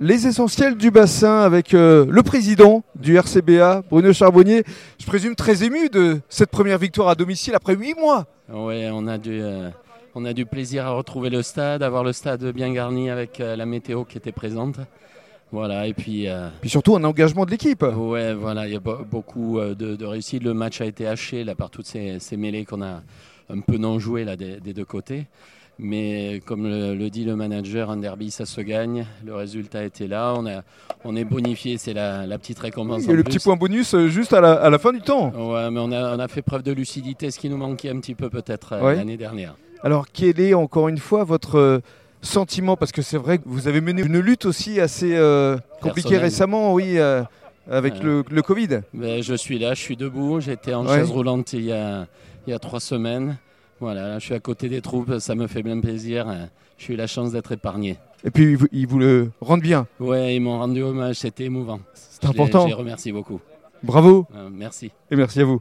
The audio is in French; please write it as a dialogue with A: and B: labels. A: les essentiels du bassin avec euh, le président du RCBA, Bruno Charbonnier. Je présume très ému de cette première victoire à domicile après huit mois.
B: Oui, on a du, euh, on a du plaisir à retrouver le stade, avoir le stade bien garni avec euh, la météo qui était présente. Voilà, et puis. euh,
A: Puis surtout un engagement de l'équipe.
B: ouais, voilà, il y a be- beaucoup euh, de, de réussite. Le match a été haché là, par toutes ces, ces mêlées qu'on a un peu non jouées là, des, des deux côtés. Mais comme le, le dit le manager, un derby, ça se gagne. Le résultat était là. On, a, on est bonifié, c'est la, la petite récompense.
A: Il y
B: en
A: a le
B: plus.
A: petit point bonus euh, juste à la, à la fin du temps.
B: Ouais, mais on a, on a fait preuve de lucidité, ce qui nous manquait un petit peu peut-être euh,
A: Ouais.
B: l'année dernière.
A: Alors quel est encore une fois votre euh, sentiment Parce que c'est vrai que vous avez mené une lutte aussi assez euh, compliquée
B: Personnelle.
A: récemment, oui, euh, avec
B: Ouais.
A: le, le Covid.
B: Mais Ben, je suis là, je suis debout. J'étais en
A: Ouais.
B: chaise roulante il y, a, il y a trois semaines. Voilà, là, je suis à côté des troupes, ça me fait bien plaisir. Euh, J'ai eu la chance d'être épargné.
A: Et puis ils vous- ils vous le rendent bien.
B: Ouais, ils m'ont rendu hommage, c'était émouvant.
A: C'est
B: Je les-
A: important.
B: Je les remercie beaucoup.
A: Bravo
B: Euh, merci.
A: et merci à vous.